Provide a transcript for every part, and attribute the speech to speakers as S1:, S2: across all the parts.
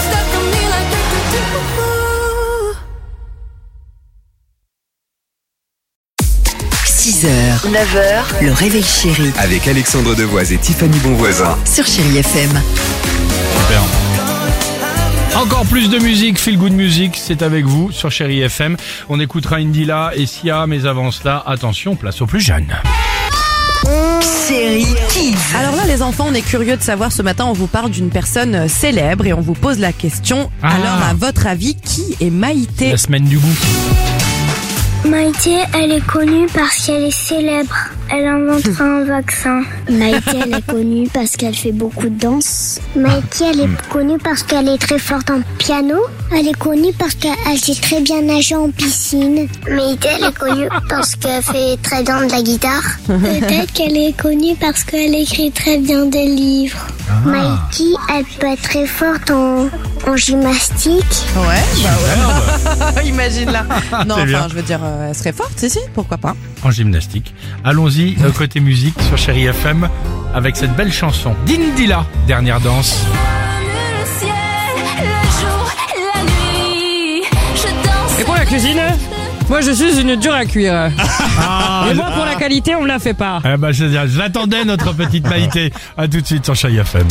S1: stuck on me like do, do, do, do.
S2: 6h, 9h, le réveil chéri
S3: Avec Alexandre Devoise et Tiffany Bonvoisin.
S2: sur Chérie FM.
S4: Encore plus de musique, feel good music, c'est avec vous sur Chéri FM. On écoutera Indila et Sia, mais avant cela, attention, place aux plus jeunes.
S2: Chérie Kids.
S5: Alors là, les enfants, on est curieux de savoir ce matin, on vous parle d'une personne euh, célèbre et on vous pose la question.
S4: Ah.
S5: Alors, à votre avis, qui est Maïté
S4: La semaine du goût.
S6: Maïté, elle est connue parce qu'elle est célèbre. Elle inventera un vaccin. Maïté, elle est connue parce qu'elle fait beaucoup de danse. Maïté, elle est connue parce qu'elle est très forte en piano. Elle est connue parce qu'elle sait très bien nager en piscine. Maïté, elle est connue parce qu'elle fait très bien de la guitare. Peut-être qu'elle est connue parce qu'elle écrit très bien des livres. Maïté, elle peut être très forte en, en gymnastique.
S5: Ouais, bah ouais. Imagine là. Non,
S4: C'est bien.
S5: enfin, je veux dire, euh, elle serait forte, si, si, pourquoi pas.
S4: En gymnastique. Allons-y, euh, côté musique sur Chéri FM, avec cette belle chanson d'Indila, dernière danse.
S1: Le ciel, le jour, la nuit. Je danse.
S7: Et pour la cuisine moi je suis une dure à cuire.
S4: Ah.
S7: Et moi pour la qualité on me la fait pas.
S4: Eh ben, je, je l'attendais, notre petite Maïté. À tout de suite sur Chéri FM.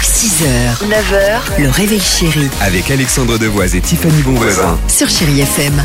S2: 6h, 9h, le réveil chéri
S3: Avec Alexandre Devoise et Tiffany Bonvoisin.
S2: sur Chérie FM.